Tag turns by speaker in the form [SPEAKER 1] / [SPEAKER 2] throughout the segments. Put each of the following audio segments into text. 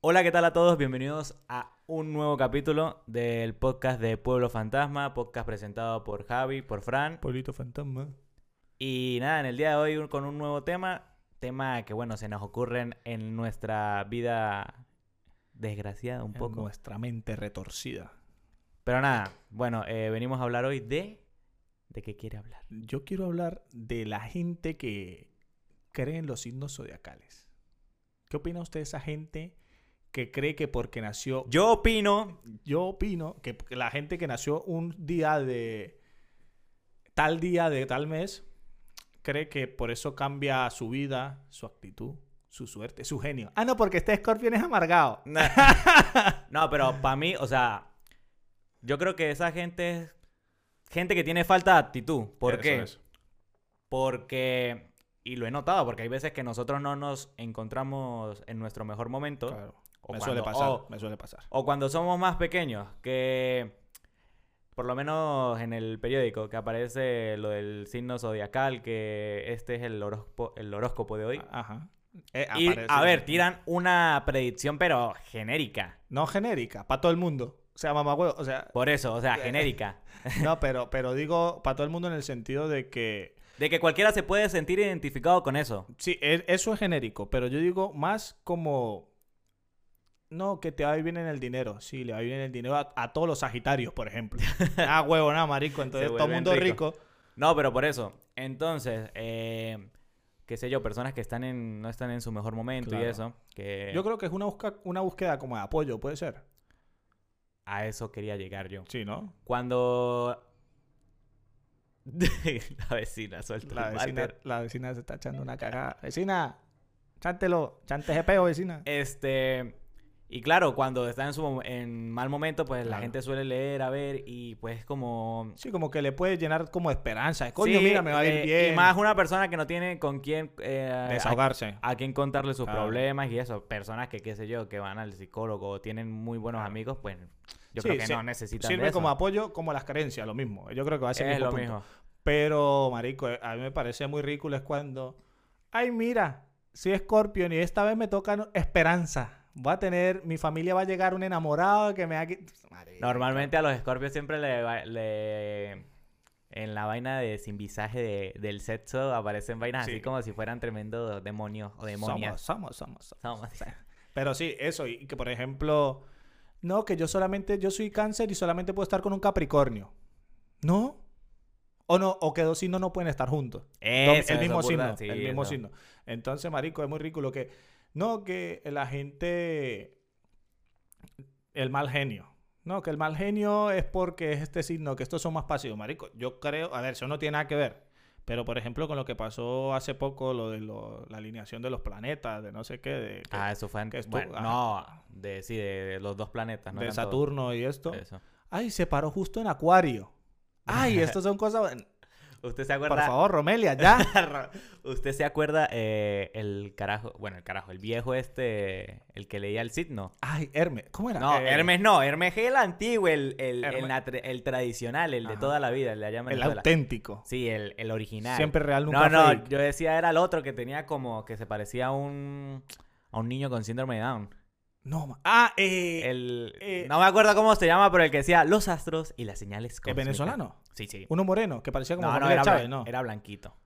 [SPEAKER 1] Hola, ¿qué tal a todos? Bienvenidos a un nuevo capítulo del podcast de Pueblo Fantasma, podcast presentado por Javi, por Fran.
[SPEAKER 2] Pueblito fantasma.
[SPEAKER 1] Y nada, en el día de hoy un- con un nuevo tema, tema que bueno, se nos ocurren en nuestra vida desgraciada un
[SPEAKER 2] En
[SPEAKER 1] poco.
[SPEAKER 2] Nuestra mente retorcida.
[SPEAKER 1] Pero nada, bueno, eh, venimos a hablar hoy de... ¿De qué quiere hablar?
[SPEAKER 2] Yo quiero hablar de la gente que cree en los signos zodiacales. ¿Qué opina usted de esa gente que cree que porque nació...
[SPEAKER 1] Yo opino...
[SPEAKER 2] Yo opino que p- la gente que nació un día de... Tal día de tal mes, cree que por eso cambia su vida, su actitud, su suerte, su genio. Ah, no, porque este escorpión es amargado.
[SPEAKER 1] No, pero para mí, o sea, yo creo que esa gente es gente que tiene falta de actitud. ¿Por
[SPEAKER 2] Eso
[SPEAKER 1] qué?
[SPEAKER 2] es.
[SPEAKER 1] Porque, y lo he notado, porque hay veces que nosotros no nos encontramos en nuestro mejor momento.
[SPEAKER 2] Claro. oh.
[SPEAKER 1] O
[SPEAKER 2] me
[SPEAKER 1] cuando-
[SPEAKER 2] suele pasar,
[SPEAKER 1] o-
[SPEAKER 2] me suele pasar.
[SPEAKER 1] O cuando somos más pequeños, que por lo menos en el periódico que aparece lo del signo zodiacal, que este es el horóscopo, el horóscopo de hoy.
[SPEAKER 2] Ajá. Eh,
[SPEAKER 1] y
[SPEAKER 2] aparece-
[SPEAKER 1] a ver, tiran una predicción, pero genérica.
[SPEAKER 2] No genérica, para todo el mundo. O sea, mamá huevo, o sea,
[SPEAKER 1] Por eso, o sea, genérica.
[SPEAKER 2] no, pero, pero digo para todo el mundo en el sentido de que
[SPEAKER 1] De que cualquiera se puede sentir identificado con eso.
[SPEAKER 2] sí, e- eso es genérico, pero yo digo más como no, que te va a ir bien en el dinero. Sí, le va a ir bien en el dinero a, a todos los sagitarios, por ejemplo. Ah, huevo, nada, marico. Entonces todo el
[SPEAKER 1] vuelven
[SPEAKER 2] mundo rico.
[SPEAKER 1] No, pero por eso. Entonces, eh, qué sé yo, personas que están en, no están en su mejor momento y
[SPEAKER 2] Claro.
[SPEAKER 1] eso, que
[SPEAKER 2] Yo creo que es una, busca- una búsqueda como de apoyo, puede ser.
[SPEAKER 1] a eso quería llegar yo.
[SPEAKER 2] Sí, ¿no?
[SPEAKER 1] Cuando la vecina suelta
[SPEAKER 2] La
[SPEAKER 1] el
[SPEAKER 2] vecina,
[SPEAKER 1] váter.
[SPEAKER 2] la vecina se está echando una cagada. Vecina, chántelo, chante ese peo, vecina.
[SPEAKER 1] Este y claro, cuando está en su mom- en mal momento, pues la
[SPEAKER 2] Claro.
[SPEAKER 1] gente suele leer, a ver y pues como
[SPEAKER 2] Sí, como que le puede llenar como de esperanza. Coño,
[SPEAKER 1] Sí,
[SPEAKER 2] mira, me va a
[SPEAKER 1] eh,
[SPEAKER 2] ir bien.
[SPEAKER 1] Y más una persona que no tiene con quién eh, a-
[SPEAKER 2] desahogarse.
[SPEAKER 1] a quién contarle sus
[SPEAKER 2] Claro.
[SPEAKER 1] problemas y eso. Personas que, qué sé yo, que van al psicólogo o tienen muy buenos amigos, pues yo
[SPEAKER 2] Sí,
[SPEAKER 1] creo que
[SPEAKER 2] sí.
[SPEAKER 1] no necesitan de
[SPEAKER 2] Sirve
[SPEAKER 1] eso.
[SPEAKER 2] como apoyo, como las carencias, lo mismo. Yo creo que va a
[SPEAKER 1] es
[SPEAKER 2] ser el mismo
[SPEAKER 1] lo
[SPEAKER 2] punto.
[SPEAKER 1] mismo.
[SPEAKER 2] Pero, marico, eh, a mí me parece muy ridículo es cuando... Ay, mira, soy Scorpion y esta vez me toca no- esperanza. Voy a tener... Mi familia va a llegar un enamorado que me va a... qui- Marico.
[SPEAKER 1] Normalmente a los escorpios siempre le, va- le- En la vaina de sin visaje de- del sexo aparecen vainas así
[SPEAKER 2] Sí.
[SPEAKER 1] como si fueran tremendos demonios o
[SPEAKER 2] Somos,
[SPEAKER 1] demonias.
[SPEAKER 2] somos, somos, somos.
[SPEAKER 1] Somos.
[SPEAKER 2] Pero sí, eso. Y que, por ejemplo... No, que yo solamente... Yo soy cáncer y solamente puedo estar con un capricornio. ¿No? O no, o que dos signos no pueden estar juntos. Dom-
[SPEAKER 1] Eso,
[SPEAKER 2] el mismo
[SPEAKER 1] eso,
[SPEAKER 2] signo,
[SPEAKER 1] burda, sí,
[SPEAKER 2] el mismo
[SPEAKER 1] eso.
[SPEAKER 2] signo. Entonces, marico, es muy ridículo que no que la gente el mal genio. No, que el mal genio es porque es este signo, que estos son más pasivos, marico. Yo creo, a ver, eso no tiene nada que ver. Pero por ejemplo, con lo que pasó hace poco lo de lo- la alineación de los planetas, de no sé qué, de, que-
[SPEAKER 1] Ah, eso fue... en-
[SPEAKER 2] que estu-
[SPEAKER 1] bueno, no, de, sí, de, de los dos planetas. Ah, No
[SPEAKER 2] de
[SPEAKER 1] tanto-
[SPEAKER 2] Saturno y esto.
[SPEAKER 1] eso.
[SPEAKER 2] Ay, se paró justo en Acuario. Ay, estas son cosas.
[SPEAKER 1] ¿Usted se
[SPEAKER 2] Por
[SPEAKER 1] acuerda
[SPEAKER 2] favor, Romelia, ya.
[SPEAKER 1] ¿Usted se acuerda eh, el carajo, bueno, el carajo, el viejo este, el que leía el signo?
[SPEAKER 2] Ay, Hermes, ¿cómo era?
[SPEAKER 1] No,
[SPEAKER 2] Eh,
[SPEAKER 1] Hermes no, Hermes es el antiguo, el, el, el
[SPEAKER 2] Hermes.
[SPEAKER 1] natra- el tradicional, el de
[SPEAKER 2] Ajá.
[SPEAKER 1] toda la vida, el de allá en
[SPEAKER 2] El
[SPEAKER 1] Venezuela.
[SPEAKER 2] auténtico.
[SPEAKER 1] Sí, el, el original.
[SPEAKER 2] Siempre real,
[SPEAKER 1] No,
[SPEAKER 2] nunca
[SPEAKER 1] no,
[SPEAKER 2] fake.
[SPEAKER 1] yo decía era el otro que tenía como que se parecía a un, a un niño con síndrome de Down.
[SPEAKER 2] No, ma- Ah, eh,
[SPEAKER 1] El,
[SPEAKER 2] eh.
[SPEAKER 1] no me acuerdo cómo se llama, pero el que decía los astros y las señales
[SPEAKER 2] el
[SPEAKER 1] cósmicas.
[SPEAKER 2] venezolano.
[SPEAKER 1] Sí, sí.
[SPEAKER 2] Uno moreno, que parecía como
[SPEAKER 1] No, no,
[SPEAKER 2] Gabriel
[SPEAKER 1] era,
[SPEAKER 2] Chávez,
[SPEAKER 1] blan-
[SPEAKER 2] ¿no?
[SPEAKER 1] era blanquito.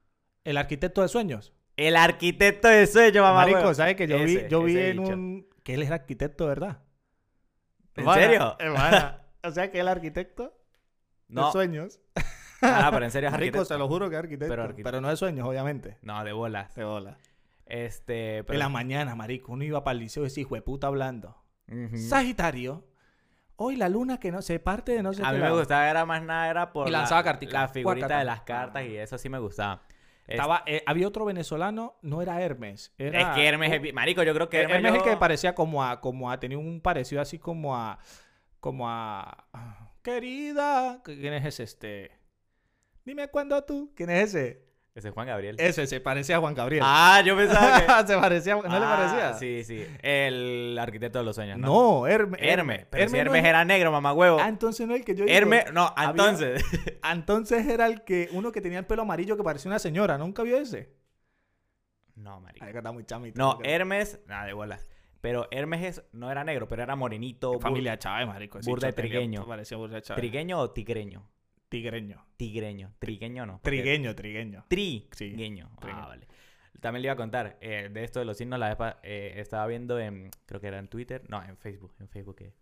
[SPEAKER 2] El arquitecto de sueños.
[SPEAKER 1] El arquitecto de sueño, mamá.
[SPEAKER 2] Marico,
[SPEAKER 1] huevo.
[SPEAKER 2] ¿sabes que yo vi,
[SPEAKER 1] Ese,
[SPEAKER 2] yo vi
[SPEAKER 1] ese
[SPEAKER 2] en
[SPEAKER 1] bicho.
[SPEAKER 2] un... Que él era arquitecto, ¿verdad?
[SPEAKER 1] ¿En
[SPEAKER 2] Hermana,
[SPEAKER 1] serio?
[SPEAKER 2] hermana. o sea, que el arquitecto de
[SPEAKER 1] No,
[SPEAKER 2] sueños.
[SPEAKER 1] no, no, pero en serio es
[SPEAKER 2] Rico,
[SPEAKER 1] arquitecto.
[SPEAKER 2] se lo juro que es arquitecto.
[SPEAKER 1] Pero
[SPEAKER 2] Pero,
[SPEAKER 1] arquitecto.
[SPEAKER 2] no de sueños, obviamente.
[SPEAKER 1] No, de bolas.
[SPEAKER 2] De bola.
[SPEAKER 1] Este, pero...
[SPEAKER 2] En la mañana, marico, uno iba para el liceo y decía, hijo de puta hablando.
[SPEAKER 1] Ujú.
[SPEAKER 2] Sagitario, hoy la luna que no se parte de no sé
[SPEAKER 1] A
[SPEAKER 2] qué
[SPEAKER 1] mí me
[SPEAKER 2] lado".
[SPEAKER 1] gustaba, era más nada, era por
[SPEAKER 2] Y lanzaba
[SPEAKER 1] la,
[SPEAKER 2] carticas.
[SPEAKER 1] la figurita
[SPEAKER 2] Guácata.
[SPEAKER 1] de las cartas y eso sí me gustaba. Es-
[SPEAKER 2] Estaba, eh, había otro venezolano, no era Hermes.
[SPEAKER 1] Este,
[SPEAKER 2] Era, E-
[SPEAKER 1] es que Hermes es... bi- Marico, yo creo que Hermes...
[SPEAKER 2] Hermes, es el
[SPEAKER 1] yo-
[SPEAKER 2] que parecía como a, como a, tenía un parecido así como a, como a, ah, querida, ¿quién es ese este? Dime cuándo tú, ¿quién es ese?
[SPEAKER 1] Ese es Juan Gabriel.
[SPEAKER 2] Ese se parecía a Juan Gabriel.
[SPEAKER 1] Ah, yo pensaba que...
[SPEAKER 2] se parecía, eh. ¿no le
[SPEAKER 1] Ah,
[SPEAKER 2] parecía?
[SPEAKER 1] Sí, sí. El arquitecto de los sueños, ¿no?
[SPEAKER 2] No, Hermes.
[SPEAKER 1] Hermes. Pero si
[SPEAKER 2] no
[SPEAKER 1] Hermes
[SPEAKER 2] es-
[SPEAKER 1] era negro, mamá huevo.
[SPEAKER 2] Ah, entonces no es el que yo digo.
[SPEAKER 1] Hermes... No,
[SPEAKER 2] había-
[SPEAKER 1] entonces...
[SPEAKER 2] Entonces era el que, uno que tenía el pelo amarillo que parecía una señora, ¿nunca vio ese?
[SPEAKER 1] No, marico.
[SPEAKER 2] Ay, que está muy chamito.
[SPEAKER 1] No,
[SPEAKER 2] Porque-
[SPEAKER 1] Hermes... Nada, de bolas. Pero Hermes es- no era negro, pero era morenito, bur-
[SPEAKER 2] Familia Chávez, marico. ese
[SPEAKER 1] burda de
[SPEAKER 2] bicho tenía-
[SPEAKER 1] trigueño.
[SPEAKER 2] Parecía burda de Chávez.
[SPEAKER 1] trigueño o tigreño.
[SPEAKER 2] Tigreño.
[SPEAKER 1] Tigreño, trigueño no. porque-
[SPEAKER 2] Trigueño, trigueño. Sí,
[SPEAKER 1] Trigueño. Ah,
[SPEAKER 2] trigueño.
[SPEAKER 1] vale. También le iba a contar, eh, de esto de los signos, la vez pa- eh, estaba viendo en, creo que era en Twitter, no, en Facebook, en Facebook que,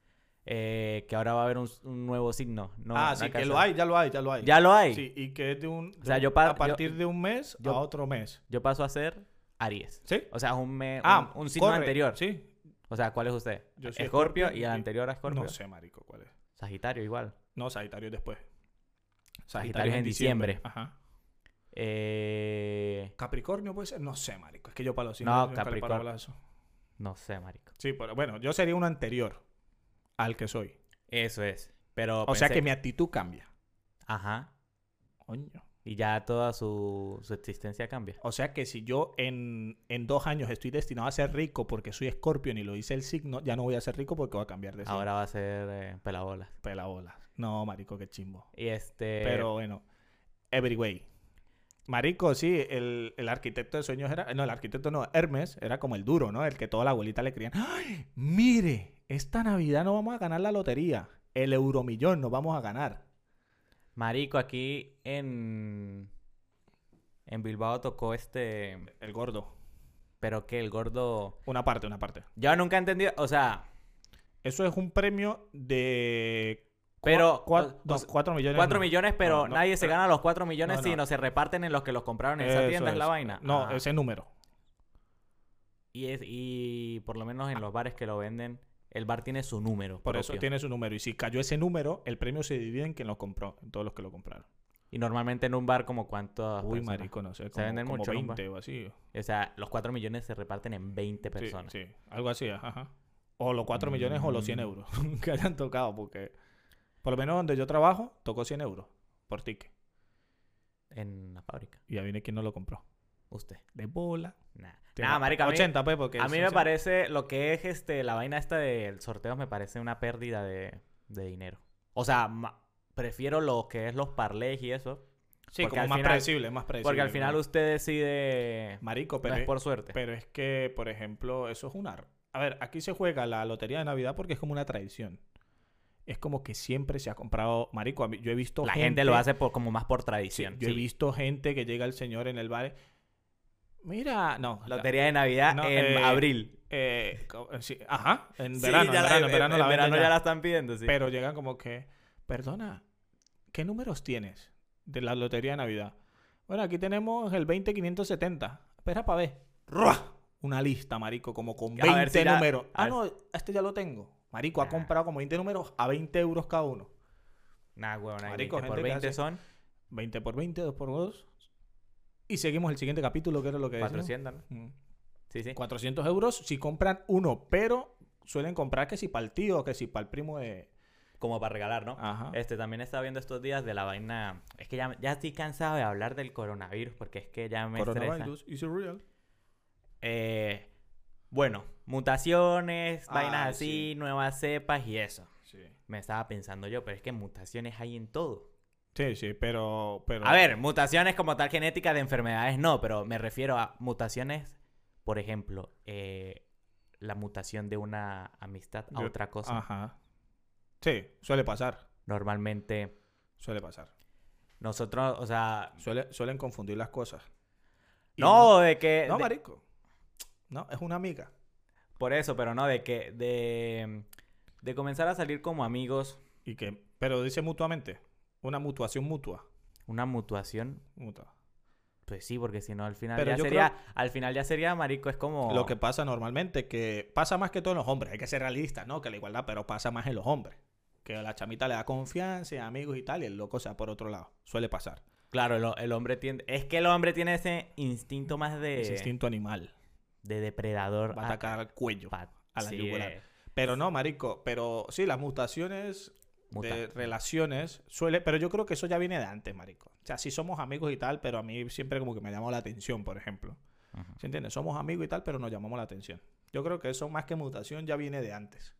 [SPEAKER 1] eh, que ahora va a haber un, un nuevo signo. No,
[SPEAKER 2] ah,
[SPEAKER 1] no
[SPEAKER 2] sí, que
[SPEAKER 1] alcanzo-
[SPEAKER 2] lo hay, ya lo hay, ya lo hay.
[SPEAKER 1] Ya lo hay.
[SPEAKER 2] Sí, y que es de un. de
[SPEAKER 1] O sea,
[SPEAKER 2] un-
[SPEAKER 1] yo pa-
[SPEAKER 2] A partir de un mes
[SPEAKER 1] yo-
[SPEAKER 2] a otro mes.
[SPEAKER 1] Yo paso a ser Aries.
[SPEAKER 2] ¿Sí?
[SPEAKER 1] O sea, es un, me-
[SPEAKER 2] Ah,
[SPEAKER 1] un, un signo
[SPEAKER 2] corre,
[SPEAKER 1] anterior.
[SPEAKER 2] Sí.
[SPEAKER 1] O sea, ¿cuál es usted?
[SPEAKER 2] Yo soy
[SPEAKER 1] Escorpio
[SPEAKER 2] Escorpio
[SPEAKER 1] y el
[SPEAKER 2] y-
[SPEAKER 1] anterior a Escorpio.
[SPEAKER 2] No sé, marico, cuál es.
[SPEAKER 1] Sagitario igual.
[SPEAKER 2] No, Sagitario es después.
[SPEAKER 1] Sagitario es en diciembre.
[SPEAKER 2] Ajá.
[SPEAKER 1] Eh,
[SPEAKER 2] Capricornio puede ser. No sé, marico. Es que yo para los
[SPEAKER 1] No,
[SPEAKER 2] signos. nunca le paro
[SPEAKER 1] Capricornio.
[SPEAKER 2] bola a eso.
[SPEAKER 1] no sé, marico.
[SPEAKER 2] Sí, pero bueno, yo sería un anterior al que soy.
[SPEAKER 1] Eso es. Pero
[SPEAKER 2] O sea
[SPEAKER 1] pensé-
[SPEAKER 2] que mi actitud cambia.
[SPEAKER 1] Ajá.
[SPEAKER 2] Coño.
[SPEAKER 1] Y ya toda su, su existencia cambia.
[SPEAKER 2] O sea que si yo en, en dos años estoy destinado a ser rico porque soy escorpión y lo dice el signo, ya no voy a ser rico porque voy a cambiar de signo.
[SPEAKER 1] Ahora va a ser eh, pelabolas.
[SPEAKER 2] Pelabola. No, marico, qué chimbo.
[SPEAKER 1] Y este...
[SPEAKER 2] Pero bueno, Everyway. Marico, sí, el, el arquitecto de sueños era. No, el arquitecto no, Hermes era como el duro, ¿no? El que toda la abuelita le creían. ¡Ay! Mire, esta Navidad no vamos a ganar la lotería. El euromillón no vamos a ganar.
[SPEAKER 1] Marico, aquí en... En Bilbao tocó este...
[SPEAKER 2] El gordo.
[SPEAKER 1] Pero que el gordo...
[SPEAKER 2] Una parte, una parte.
[SPEAKER 1] Yo nunca he entendido... O sea,
[SPEAKER 2] Eso es un premio de. cua-
[SPEAKER 1] Pero-
[SPEAKER 2] cua-
[SPEAKER 1] o-
[SPEAKER 2] dos- cuatro millones.
[SPEAKER 1] 4
[SPEAKER 2] no.
[SPEAKER 1] millones, pero
[SPEAKER 2] No, no,
[SPEAKER 1] nadie se
[SPEAKER 2] pero-
[SPEAKER 1] gana los 4 millones
[SPEAKER 2] no, no.
[SPEAKER 1] sino se reparten en los que los compraron en esa
[SPEAKER 2] Eso
[SPEAKER 1] tienda. Es la
[SPEAKER 2] es.
[SPEAKER 1] vaina.
[SPEAKER 2] No,
[SPEAKER 1] Ah.
[SPEAKER 2] ese número.
[SPEAKER 1] Y, es, y por lo menos en los bares que lo venden, el bar tiene su número.
[SPEAKER 2] Por eso
[SPEAKER 1] propio.
[SPEAKER 2] tiene su número. Y si cayó ese número, el premio se divide en quien lo compró, en todos los que lo compraron.
[SPEAKER 1] Y normalmente en un bar como cuántas
[SPEAKER 2] Uy,
[SPEAKER 1] personas?
[SPEAKER 2] marico, no sé. Como,
[SPEAKER 1] venden
[SPEAKER 2] como
[SPEAKER 1] mucho, ¿no?
[SPEAKER 2] 20 o así.
[SPEAKER 1] O sea, los 4 millones se reparten en 20
[SPEAKER 2] Sí,
[SPEAKER 1] personas.
[SPEAKER 2] Sí, algo así, ajá. O los 4 millones o los 100
[SPEAKER 1] Mm.
[SPEAKER 2] euros que hayan tocado, porque por lo menos donde yo trabajo, tocó 100 euros por ticket.
[SPEAKER 1] En la fábrica.
[SPEAKER 2] Y ya viene quien no lo compró.
[SPEAKER 1] Usted.
[SPEAKER 2] De bola.
[SPEAKER 1] Nada. Nada, marica. Ah, A mí,
[SPEAKER 2] 80, pues, porque.
[SPEAKER 1] a mí
[SPEAKER 2] son
[SPEAKER 1] me
[SPEAKER 2] 100.
[SPEAKER 1] parece lo que es este la vaina esta del sorteo me parece una pérdida de, de dinero. O sea, ma- prefiero lo que es los parlays y eso.
[SPEAKER 2] Sí,
[SPEAKER 1] porque
[SPEAKER 2] como
[SPEAKER 1] al
[SPEAKER 2] más
[SPEAKER 1] final-
[SPEAKER 2] predecible, más predecible.
[SPEAKER 1] Porque al final
[SPEAKER 2] ¿no?
[SPEAKER 1] usted decide.
[SPEAKER 2] Marico,
[SPEAKER 1] No
[SPEAKER 2] pero,
[SPEAKER 1] es por suerte.
[SPEAKER 2] pero es que, por ejemplo, eso es un ar- A ver, aquí se juega la lotería de Navidad porque es como una tradición. Es como que siempre se ha comprado. Marico, a mí- yo he visto.
[SPEAKER 1] la gente lo hace por, como más por tradición.
[SPEAKER 2] Yo he
[SPEAKER 1] sí.
[SPEAKER 2] visto gente que llega el señor en el bar. Mira, no. la-
[SPEAKER 1] Lotería de Navidad
[SPEAKER 2] No,
[SPEAKER 1] en
[SPEAKER 2] eh,
[SPEAKER 1] abril.
[SPEAKER 2] Eh, co- eh, sí, ajá, en
[SPEAKER 1] Sí,
[SPEAKER 2] verano,
[SPEAKER 1] ya
[SPEAKER 2] en
[SPEAKER 1] la-
[SPEAKER 2] verano, en verano, la
[SPEAKER 1] en
[SPEAKER 2] venden
[SPEAKER 1] verano
[SPEAKER 2] ya.
[SPEAKER 1] ya la están pidiendo, sí.
[SPEAKER 2] Pero llegan como que, perdona, ¿qué números tienes de la lotería de Navidad? Bueno, aquí tenemos el 20570. Espera para ver. ¡Ruah! Una lista, marico, como con
[SPEAKER 1] A ver
[SPEAKER 2] 20
[SPEAKER 1] si ya-
[SPEAKER 2] números.
[SPEAKER 1] a
[SPEAKER 2] Ah,
[SPEAKER 1] ver
[SPEAKER 2] no, este ya lo tengo. Marico,
[SPEAKER 1] Ah.
[SPEAKER 2] ha comprado como 20 números a 20 euros cada uno.
[SPEAKER 1] Nah, huevón, hay
[SPEAKER 2] Marico,
[SPEAKER 1] 20 por
[SPEAKER 2] gente que
[SPEAKER 1] 20
[SPEAKER 2] hace
[SPEAKER 1] son
[SPEAKER 2] 20 por 20, 2 por 2. Y seguimos el siguiente capítulo, que era lo que decíamos.
[SPEAKER 1] 400, ¿no?
[SPEAKER 2] Mm.
[SPEAKER 1] Sí, sí.
[SPEAKER 2] 400 euros si compran uno, pero suelen comprar que si para el tío, que si para el primo de...
[SPEAKER 1] Como para regalar, ¿no?
[SPEAKER 2] Ajá.
[SPEAKER 1] Este, también estaba viendo estos días de la vaina... Es que ya, ya estoy cansado de hablar del coronavirus porque es que ya me estresa.
[SPEAKER 2] is it real?
[SPEAKER 1] Eh, bueno, mutaciones,
[SPEAKER 2] Ah,
[SPEAKER 1] vainas así,
[SPEAKER 2] sí.
[SPEAKER 1] nuevas cepas y eso.
[SPEAKER 2] Sí.
[SPEAKER 1] Me estaba pensando yo, pero es que mutaciones hay en todo.
[SPEAKER 2] Sí, sí, pero... pero
[SPEAKER 1] A ver, mutaciones como tal genética de enfermedades no, pero me refiero a mutaciones, por ejemplo, eh, la mutación de una amistad a
[SPEAKER 2] Yo- ah.
[SPEAKER 1] otra cosa.
[SPEAKER 2] Ajá. Sí, suele pasar.
[SPEAKER 1] Normalmente
[SPEAKER 2] Suele pasar.
[SPEAKER 1] nosotros, o sea,
[SPEAKER 2] Suele, suelen confundir las cosas. Y
[SPEAKER 1] no, de que
[SPEAKER 2] No, no,
[SPEAKER 1] de-
[SPEAKER 2] marico. No, es una amiga.
[SPEAKER 1] por eso, pero no de que de de comenzar a salir como amigos,
[SPEAKER 2] Y que... Pero dice mutuamente. Una mutuación mutua.
[SPEAKER 1] una mutuación,
[SPEAKER 2] Mutua.
[SPEAKER 1] pues sí, porque si no al final
[SPEAKER 2] Pero
[SPEAKER 1] ya
[SPEAKER 2] yo
[SPEAKER 1] sería al final ya sería marico es como
[SPEAKER 2] Lo que pasa normalmente, que pasa más que todo en los hombres, hay que ser realistas, ¿no? Que la igualdad, pero pasa más en los hombres. Que a la chamita le da confianza, y amigos y tal, y el loco se va por otro lado. Suele pasar.
[SPEAKER 1] claro, el, el hombre tiende es que el hombre tiene ese instinto más de
[SPEAKER 2] Ese instinto animal
[SPEAKER 1] de depredador
[SPEAKER 2] va a atacar al cuello,
[SPEAKER 1] pa-
[SPEAKER 2] a la
[SPEAKER 1] sí,
[SPEAKER 2] yugular.
[SPEAKER 1] eh,
[SPEAKER 2] Pero no, marico, pero sí, las mutaciones
[SPEAKER 1] muta.
[SPEAKER 2] de relaciones suele... Pero yo creo que eso ya viene de antes, marico. O sea, sí somos amigos y tal, pero a mí siempre como que me llamó la atención, por ejemplo.
[SPEAKER 1] Ujú.
[SPEAKER 2] ¿Se entiende? Somos amigos y tal, pero nos llamamos la atención. Yo creo que eso más que mutación ya viene de antes.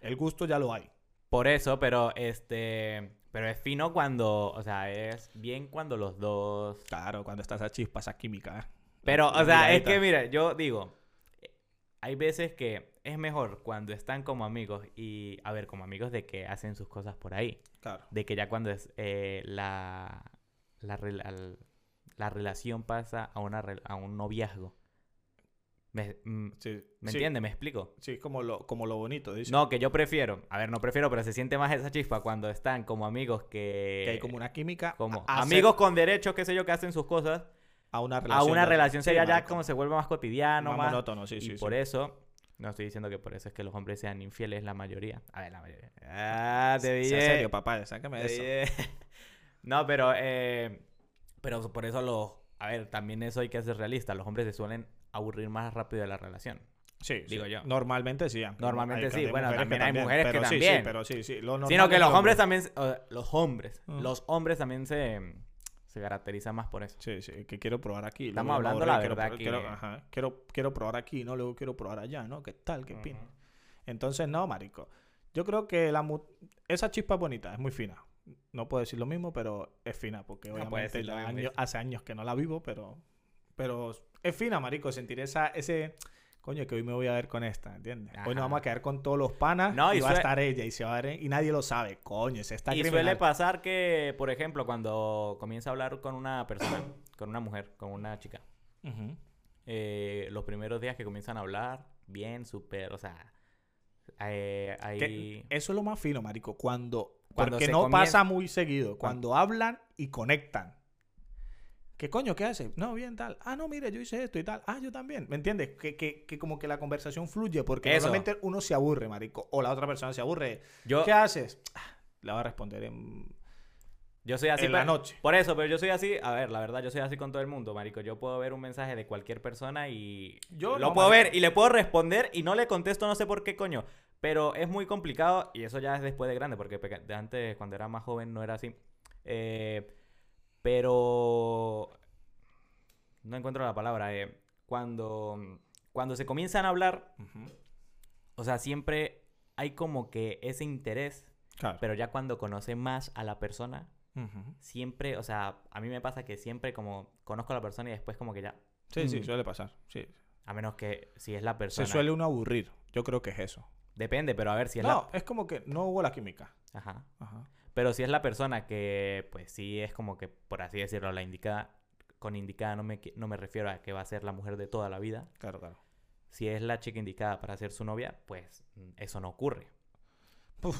[SPEAKER 2] El gusto ya lo hay.
[SPEAKER 1] Por eso, pero este. Pero es fino cuando. O sea, es bien cuando los dos.
[SPEAKER 2] Claro, cuando estás a chispa, esa química. ¿eh?
[SPEAKER 1] Pero,
[SPEAKER 2] La
[SPEAKER 1] o sea, es
[SPEAKER 2] miradita.
[SPEAKER 1] que mira, yo digo. eh, Hay veces que es mejor cuando están como amigos y, a ver, como amigos de que hacen sus cosas por ahí.
[SPEAKER 2] Claro.
[SPEAKER 1] De que ya cuando es eh, la, la, rel- al- la relación pasa a, una, rel- a un noviazgo. ¿Me, mm,
[SPEAKER 2] Sí.
[SPEAKER 1] ¿me
[SPEAKER 2] sí,
[SPEAKER 1] entiendes? ¿Me explico?
[SPEAKER 2] Sí, es como lo, como lo bonito, dice.
[SPEAKER 1] No, que yo prefiero. A ver, no prefiero, pero se siente más esa chispa cuando están como amigos que...
[SPEAKER 2] que hay como una química.
[SPEAKER 1] eh, como
[SPEAKER 2] a- a
[SPEAKER 1] amigos
[SPEAKER 2] ser-
[SPEAKER 1] con derechos, qué sé yo, que hacen sus cosas.
[SPEAKER 2] a una
[SPEAKER 1] A
[SPEAKER 2] relación.
[SPEAKER 1] una
[SPEAKER 2] de-
[SPEAKER 1] relación
[SPEAKER 2] sí,
[SPEAKER 1] seria ya
[SPEAKER 2] marico,
[SPEAKER 1] como se vuelve más cotidiano,
[SPEAKER 2] más
[SPEAKER 1] más...
[SPEAKER 2] monótono, sí,
[SPEAKER 1] y
[SPEAKER 2] sí.
[SPEAKER 1] por
[SPEAKER 2] sí.
[SPEAKER 1] eso... No estoy diciendo que por eso es que los hombres sean infieles la mayoría. A ver, la mayoría. Ah, te
[SPEAKER 2] Sea
[SPEAKER 1] dije.
[SPEAKER 2] serio, papá, sácame de
[SPEAKER 1] Ahí,
[SPEAKER 2] eso.
[SPEAKER 1] eh. No, pero eh, pero por eso los a ver, también eso hay que ser realista, los hombres se suelen aburrir más rápido de la relación.
[SPEAKER 2] Sí, sí.
[SPEAKER 1] Digo yo.
[SPEAKER 2] Normalmente sí.
[SPEAKER 1] Normalmente sí,
[SPEAKER 2] hay
[SPEAKER 1] bueno,
[SPEAKER 2] mujeres que
[SPEAKER 1] también hay mujeres que
[SPEAKER 2] pero sí,
[SPEAKER 1] también.
[SPEAKER 2] Sí, pero sí, sí. Lo
[SPEAKER 1] Sino
[SPEAKER 2] normal
[SPEAKER 1] que
[SPEAKER 2] es
[SPEAKER 1] los
[SPEAKER 2] lo
[SPEAKER 1] hombres también o, los hombres,
[SPEAKER 2] Ujú.
[SPEAKER 1] los hombres también se se caracterizan más por eso.
[SPEAKER 2] Sí, sí, que quiero probar aquí.
[SPEAKER 1] Estamos
[SPEAKER 2] luego me
[SPEAKER 1] hablando
[SPEAKER 2] aburrí,
[SPEAKER 1] la
[SPEAKER 2] quiero
[SPEAKER 1] verdad
[SPEAKER 2] pro-
[SPEAKER 1] que-
[SPEAKER 2] Quiero, ajá, quiero, quiero probar aquí, ¿no? Luego quiero probar allá, ¿no? ¿Qué tal? ¿Qué pin?
[SPEAKER 1] Ujú.
[SPEAKER 2] Entonces, no, marico. Yo creo que la mu- esa chispa es bonita, es muy fina. No puedo decir lo mismo, pero es fina, porque
[SPEAKER 1] No puedo
[SPEAKER 2] obviamente
[SPEAKER 1] decir lo
[SPEAKER 2] ya
[SPEAKER 1] mismo,
[SPEAKER 2] año-
[SPEAKER 1] dice.
[SPEAKER 2] hace años que no la vivo, pero, pero es fina, marico, sentir esa, ese... Coño, que hoy me voy a ver con esta, ¿entiendes? Hoy
[SPEAKER 1] Ajá.
[SPEAKER 2] nos vamos a quedar con todos los panas
[SPEAKER 1] No,
[SPEAKER 2] y,
[SPEAKER 1] y
[SPEAKER 2] va a
[SPEAKER 1] suele-
[SPEAKER 2] estar ella y se va a ver y nadie lo sabe. Coño, se está
[SPEAKER 1] y suele
[SPEAKER 2] criminal.
[SPEAKER 1] pasar que, por ejemplo, cuando comienza a hablar con una persona, con una mujer, con una chica,
[SPEAKER 2] Ujú.
[SPEAKER 1] eh, los primeros días que comienzan a hablar, bien, súper, o sea, eh,
[SPEAKER 2] Que
[SPEAKER 1] ahí...
[SPEAKER 2] Eso es lo más fino, marico. Cuando,
[SPEAKER 1] Cuando
[SPEAKER 2] porque
[SPEAKER 1] se
[SPEAKER 2] no
[SPEAKER 1] comien-
[SPEAKER 2] pasa muy seguido. Cuando hablan y conectan. ¿Qué coño? ¿Qué hace? No, bien, tal. Ah, no, mire, yo hice esto y tal. Ah, yo también. ¿Me entiendes? Que, que, que como que la conversación fluye porque
[SPEAKER 1] Eso.
[SPEAKER 2] normalmente uno se aburre, marico. O la otra persona se aburre.
[SPEAKER 1] Yo,
[SPEAKER 2] ¿Qué haces? Ah, Le va a responder en,
[SPEAKER 1] yo soy así,
[SPEAKER 2] en la
[SPEAKER 1] pero-
[SPEAKER 2] noche.
[SPEAKER 1] Por eso, pero yo soy así, a ver, la verdad, yo soy así con todo el mundo, marico. Yo puedo ver un mensaje de cualquier persona y
[SPEAKER 2] Yo
[SPEAKER 1] lo
[SPEAKER 2] no,
[SPEAKER 1] puedo
[SPEAKER 2] marico.
[SPEAKER 1] ver y le puedo responder y no le contesto, no sé por qué coño. Pero es muy complicado y eso ya es después de grande, porque peca- de antes, cuando era más joven, no era así. Eh, pero no encuentro la palabra. eh. Cuando, cuando se comienzan a hablar, o sea, siempre hay como que ese interés,
[SPEAKER 2] Claro.
[SPEAKER 1] pero ya cuando conoce más a la persona,
[SPEAKER 2] Ujú.
[SPEAKER 1] siempre, o sea, a mí me pasa que siempre como conozco a la persona y después como que ya,
[SPEAKER 2] Sí, sí,
[SPEAKER 1] Mm.
[SPEAKER 2] suele pasar. Sí.
[SPEAKER 1] a menos que si es la
[SPEAKER 2] Se
[SPEAKER 1] persona.
[SPEAKER 2] suele uno aburrir. Yo creo que es eso.
[SPEAKER 1] Depende, pero a ver si es
[SPEAKER 2] No, es como que no hubo la química.
[SPEAKER 1] la... Ajá.
[SPEAKER 2] Ajá.
[SPEAKER 1] Pero si es la persona que, pues sí, es como que, por así decirlo, la indicada, con indicada no me, qui- no me refiero a que va a ser la mujer de toda la vida.
[SPEAKER 2] Claro, claro.
[SPEAKER 1] Si es la chica indicada para ser su novia, pues mm, eso no ocurre.
[SPEAKER 2] Puf,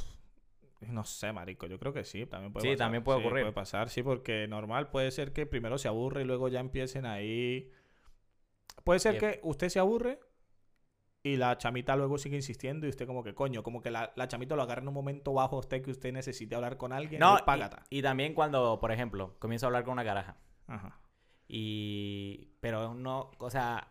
[SPEAKER 2] No sé, marico, yo creo que sí, también puede
[SPEAKER 1] Sí,
[SPEAKER 2] pasar.
[SPEAKER 1] también puede ocurrir.
[SPEAKER 2] puede pasar, sí, porque normal puede ser que primero se aburre y luego ya empiecen ahí. Puede ser
[SPEAKER 1] Yep.
[SPEAKER 2] que usted se aburre y la chamita luego sigue insistiendo y usted como que coño, como que la, la chamita lo agarra en un momento bajo a usted que usted necesite hablar con alguien.
[SPEAKER 1] No,
[SPEAKER 2] y
[SPEAKER 1] y-
[SPEAKER 2] págata.
[SPEAKER 1] y, también cuando, por ejemplo, comienzo a hablar con una garaja
[SPEAKER 2] Ajá.
[SPEAKER 1] y... Pero no, o sea,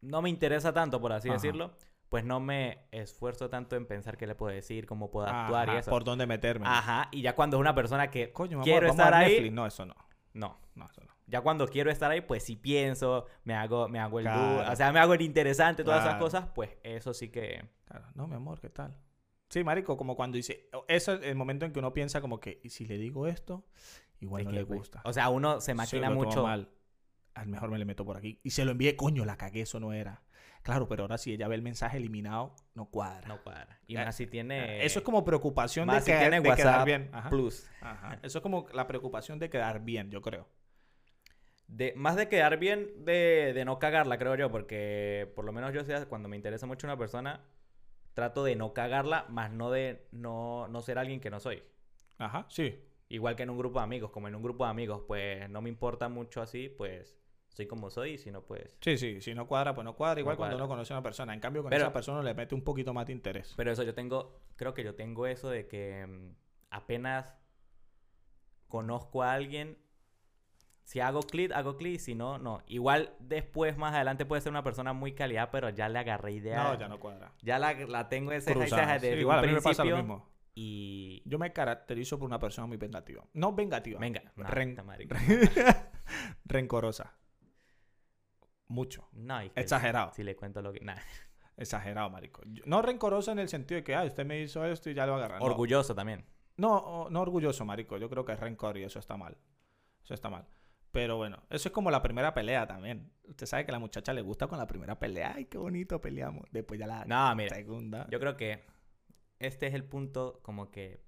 [SPEAKER 1] no me interesa tanto, por así
[SPEAKER 2] Ajá.
[SPEAKER 1] decirlo. Pues no me esfuerzo tanto en pensar qué le puedo decir, cómo puedo actuar y
[SPEAKER 2] Ajá,
[SPEAKER 1] eso.
[SPEAKER 2] ¿Por dónde meterme?
[SPEAKER 1] Ajá, y ya cuando es una persona que
[SPEAKER 2] Coño, vamos,
[SPEAKER 1] quiero
[SPEAKER 2] vamos
[SPEAKER 1] estar
[SPEAKER 2] a ver
[SPEAKER 1] ahí,
[SPEAKER 2] Netflix. No, eso no.
[SPEAKER 1] no.
[SPEAKER 2] No, eso no.
[SPEAKER 1] Ya cuando quiero estar ahí, pues sí pienso, me hago, me hago el duro,
[SPEAKER 2] Claro.
[SPEAKER 1] o sea, me hago el interesante, todas esas
[SPEAKER 2] Claro.
[SPEAKER 1] cosas, pues eso sí que...
[SPEAKER 2] Claro, no, mi amor, ¿qué tal? Sí, marico, como cuando dice, eso es el momento en que uno piensa como que, y si le digo esto, igual
[SPEAKER 1] es
[SPEAKER 2] no
[SPEAKER 1] que,
[SPEAKER 2] le
[SPEAKER 1] pues,
[SPEAKER 2] gusta.
[SPEAKER 1] O sea, uno se
[SPEAKER 2] Sí,
[SPEAKER 1] maquina
[SPEAKER 2] lo tomo
[SPEAKER 1] mucho.
[SPEAKER 2] mal. A lo mejor me le meto por aquí. Y se lo envié, coño, la cagué, eso no era. Claro, pero ahora si ella ve el mensaje eliminado, no cuadra.
[SPEAKER 1] No cuadra. Y
[SPEAKER 2] Eh,
[SPEAKER 1] más si tiene...
[SPEAKER 2] eso es como preocupación de,
[SPEAKER 1] más si
[SPEAKER 2] que-
[SPEAKER 1] tiene
[SPEAKER 2] de quedar
[SPEAKER 1] WhatsApp
[SPEAKER 2] bien. Ajá.
[SPEAKER 1] plus.
[SPEAKER 2] Ajá. Eso es como la preocupación de quedar bien, yo creo.
[SPEAKER 1] De, más de quedar bien, de, de no cagarla, creo yo, porque por lo menos yo sé, cuando me interesa mucho una persona, trato de no cagarla, más no de no, no ser alguien que no soy.
[SPEAKER 2] Ajá, sí.
[SPEAKER 1] Igual que en un grupo de amigos, como en un grupo de amigos, pues no me importa mucho así, pues soy como soy, y si no, pues.
[SPEAKER 2] Sí, sí. Si no cuadra, pues no cuadra. Igual cuando
[SPEAKER 1] cuadra.
[SPEAKER 2] uno conoce a una persona. En cambio, con
[SPEAKER 1] Pero-
[SPEAKER 2] esa persona le mete un poquito más de interés.
[SPEAKER 1] Pero eso yo tengo, creo que yo tengo eso de que mm, apenas conozco a alguien, si hago clic, hago clic, si no, no. Igual después, más adelante, puede ser una persona muy calidad, pero ya le agarré idea.
[SPEAKER 2] No, ya no cuadra.
[SPEAKER 1] Ya la, la tengo ese
[SPEAKER 2] Cruzada.
[SPEAKER 1] mensaje
[SPEAKER 2] Sí,
[SPEAKER 1] desde
[SPEAKER 2] igual,
[SPEAKER 1] un
[SPEAKER 2] a mí me
[SPEAKER 1] principio.
[SPEAKER 2] pasa lo mismo.
[SPEAKER 1] Y.
[SPEAKER 2] Yo me caracterizo por una persona muy vengativa. No vengativa.
[SPEAKER 1] Venga, no,
[SPEAKER 2] Ren-
[SPEAKER 1] esta marica.
[SPEAKER 2] rencorosa. Mucho.
[SPEAKER 1] No, y que
[SPEAKER 2] Exagerado.
[SPEAKER 1] Si, le cuento lo que. Nah.
[SPEAKER 2] Exagerado, marico. Yo- No rencoroso en el sentido de que, ah, usted me hizo esto y ya lo agarra. No.
[SPEAKER 1] Orgulloso también.
[SPEAKER 2] No, o- no orgulloso, marico. Yo creo que es rencor y eso está mal. Eso está mal. Pero bueno, eso es como la primera pelea también. Usted sabe que a la muchacha le gusta con la primera pelea. Ay, qué bonito peleamos. Después ya la
[SPEAKER 1] No, mira,
[SPEAKER 2] segunda.
[SPEAKER 1] yo creo que este es el punto como que...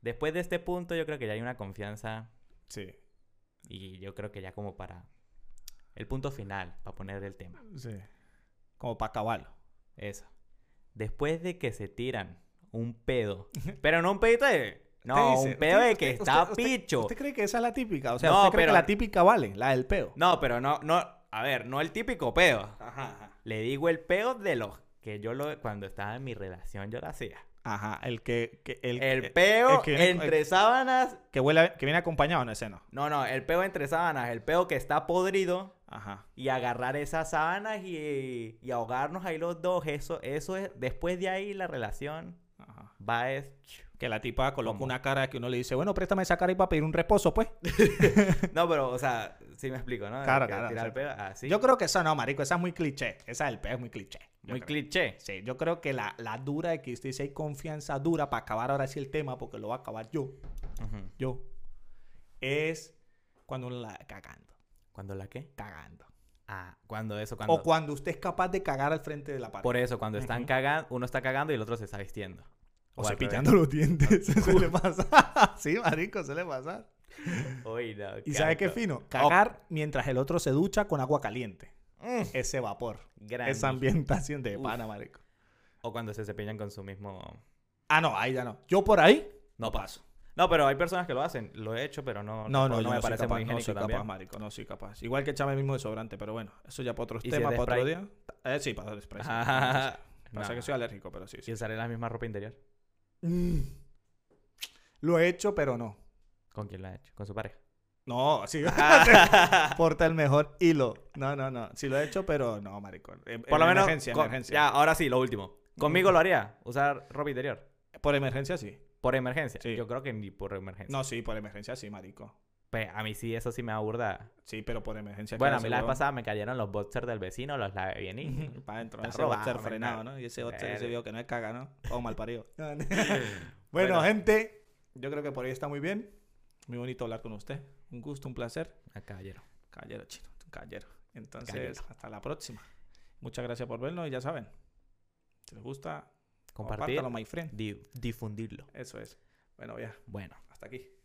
[SPEAKER 1] Después de este punto yo creo que ya hay una confianza
[SPEAKER 2] Sí,
[SPEAKER 1] y yo creo que ya como para... El punto final, para poner el tema.
[SPEAKER 2] sí. Como para acabarlo.
[SPEAKER 1] Eso. Después de que se tiran un pedo. Pero no un pedito de. No,
[SPEAKER 2] Usted dice,
[SPEAKER 1] un pedo
[SPEAKER 2] usted-
[SPEAKER 1] de que
[SPEAKER 2] usted-
[SPEAKER 1] está
[SPEAKER 2] usted- usted-
[SPEAKER 1] picho.
[SPEAKER 2] ¿Usted cree que esa es la típica? O sea,
[SPEAKER 1] No,
[SPEAKER 2] ¿usted cree
[SPEAKER 1] pero-
[SPEAKER 2] que la típica vale? La del peo.
[SPEAKER 1] No, pero no, no. A ver, no el típico pedo.
[SPEAKER 2] Ajá, ajá.
[SPEAKER 1] Le digo el pedo de los que yo lo. Cuando estaba en mi relación, yo lo hacía.
[SPEAKER 2] Ajá, el que... que- el,
[SPEAKER 1] El
[SPEAKER 2] el
[SPEAKER 1] peo
[SPEAKER 2] que viene-
[SPEAKER 1] entre sábanas.
[SPEAKER 2] que, huele a- que viene acompañado en escena.
[SPEAKER 1] No, no, el peo entre sábanas. El peo que está podrido.
[SPEAKER 2] Ajá.
[SPEAKER 1] Y agarrar esas sábanas y, y ahogarnos ahí los dos. Eso, eso es. Después de ahí la relación
[SPEAKER 2] Ajá.
[SPEAKER 1] va es.
[SPEAKER 2] Que la tipa coloca
[SPEAKER 1] ¿Cómo?
[SPEAKER 2] una cara que uno le dice, bueno, préstame esa cara y para pedir un reposo, pues.
[SPEAKER 1] No, pero, o sea, sí me explico, ¿no?
[SPEAKER 2] Claro,
[SPEAKER 1] Que
[SPEAKER 2] claro,
[SPEAKER 1] Tirar
[SPEAKER 2] sí.
[SPEAKER 1] pedo así.
[SPEAKER 2] Yo creo que esa no, marico, esa es muy cliché. Esa del peo es muy cliché. Yo
[SPEAKER 1] Muy
[SPEAKER 2] creo.
[SPEAKER 1] cliché.
[SPEAKER 2] Sí, yo creo que la, la dura de que usted dice hay confianza dura para acabar ahora sí el tema, porque lo va a acabar yo, yo, es cuando uno la cagando,
[SPEAKER 1] ¿Cuándo la qué?
[SPEAKER 2] cagando.
[SPEAKER 1] Ah, cuando eso, cuando...
[SPEAKER 2] O cuando usted es capaz de cagar al frente de la pared.
[SPEAKER 1] Por eso, cuando están
[SPEAKER 2] Ujú.
[SPEAKER 1] cagando, uno está cagando y el otro se está vistiendo.
[SPEAKER 2] o
[SPEAKER 1] al
[SPEAKER 2] cepillando los dientes. Se le pasa. sí, marico, se le pasa.
[SPEAKER 1] revés. Uy, no,
[SPEAKER 2] ¿Y sabe qué
[SPEAKER 1] canto.
[SPEAKER 2] fino? Cagar mientras el otro se ducha con agua caliente.
[SPEAKER 1] Mm,
[SPEAKER 2] Ese vapor.
[SPEAKER 1] gran.
[SPEAKER 2] Esa ambientación de
[SPEAKER 1] Uf.
[SPEAKER 2] pana, marico.
[SPEAKER 1] O cuando se cepillan con su mismo...
[SPEAKER 2] Ah, no, ahí ya no. Yo por ahí.
[SPEAKER 1] No paso. No, pero hay personas que lo hacen. Lo he hecho, pero no... tampoco-
[SPEAKER 2] No, no, yo no,
[SPEAKER 1] me
[SPEAKER 2] soy
[SPEAKER 1] parece
[SPEAKER 2] capaz,
[SPEAKER 1] muy
[SPEAKER 2] no
[SPEAKER 1] higiénico
[SPEAKER 2] soy capaz,
[SPEAKER 1] también.
[SPEAKER 2] marico, no soy capaz. Igual que echarme el mismo desodorante, pero bueno, eso ya para otros
[SPEAKER 1] ¿Y si es
[SPEAKER 2] temas,
[SPEAKER 1] de
[SPEAKER 2] para otro
[SPEAKER 1] spray?
[SPEAKER 2] día. Eh, sí, para el spray. sí.
[SPEAKER 1] Ajá.
[SPEAKER 2] Pasa
[SPEAKER 1] No.
[SPEAKER 2] que soy alérgico, pero sí,
[SPEAKER 1] ¿Y
[SPEAKER 2] sí.
[SPEAKER 1] usaré la misma ropa interior?
[SPEAKER 2] Mm. Lo he hecho, pero no.
[SPEAKER 1] ¿Con quién la he hecho? ¿Con su pareja?
[SPEAKER 2] No, sí. Porta el mejor hilo. No, no, no. Sí lo he hecho, pero no, marico. En-
[SPEAKER 1] Por
[SPEAKER 2] en
[SPEAKER 1] lo menos...
[SPEAKER 2] Emergencia,
[SPEAKER 1] con-
[SPEAKER 2] emergencia.
[SPEAKER 1] Ya, ahora sí, lo último. ¿Conmigo lo haría? ¿Usar ropa interior?
[SPEAKER 2] Por emergencia sí.
[SPEAKER 1] ¿Por emergencia?
[SPEAKER 2] Sí.
[SPEAKER 1] Yo creo que ni por emergencia.
[SPEAKER 2] No, sí, por emergencia sí, marico.
[SPEAKER 1] Pues, a mí sí, eso sí me aburda.
[SPEAKER 2] Sí, pero por emergencia.
[SPEAKER 1] Bueno,
[SPEAKER 2] claro,
[SPEAKER 1] a mí la vez
[SPEAKER 2] seguro.
[SPEAKER 1] pasada me cayeron los boxers del vecino, los lavé bien y...
[SPEAKER 2] Para adentro.
[SPEAKER 1] Está
[SPEAKER 2] Ese robado,
[SPEAKER 1] robado, men,
[SPEAKER 2] frenado,
[SPEAKER 1] nada.
[SPEAKER 2] ¿no? Y ese boxer se
[SPEAKER 1] Verga.
[SPEAKER 2] vio que no es caga, ¿no? O mal parido. bueno,
[SPEAKER 1] Bueno.
[SPEAKER 2] gente, yo creo que por ahí está muy bien. Muy bonito hablar con usted. Un gusto, un placer.
[SPEAKER 1] Ah, Caballero.
[SPEAKER 2] Caballero chino, un caballero. Entonces,
[SPEAKER 1] Caballero.
[SPEAKER 2] hasta la próxima. Muchas gracias por vernos y ya saben. Si les gusta,
[SPEAKER 1] Compartir,
[SPEAKER 2] compártalo, my friend.
[SPEAKER 1] di- difundirlo.
[SPEAKER 2] Eso es. Bueno, ya,
[SPEAKER 1] Bueno.
[SPEAKER 2] hasta aquí.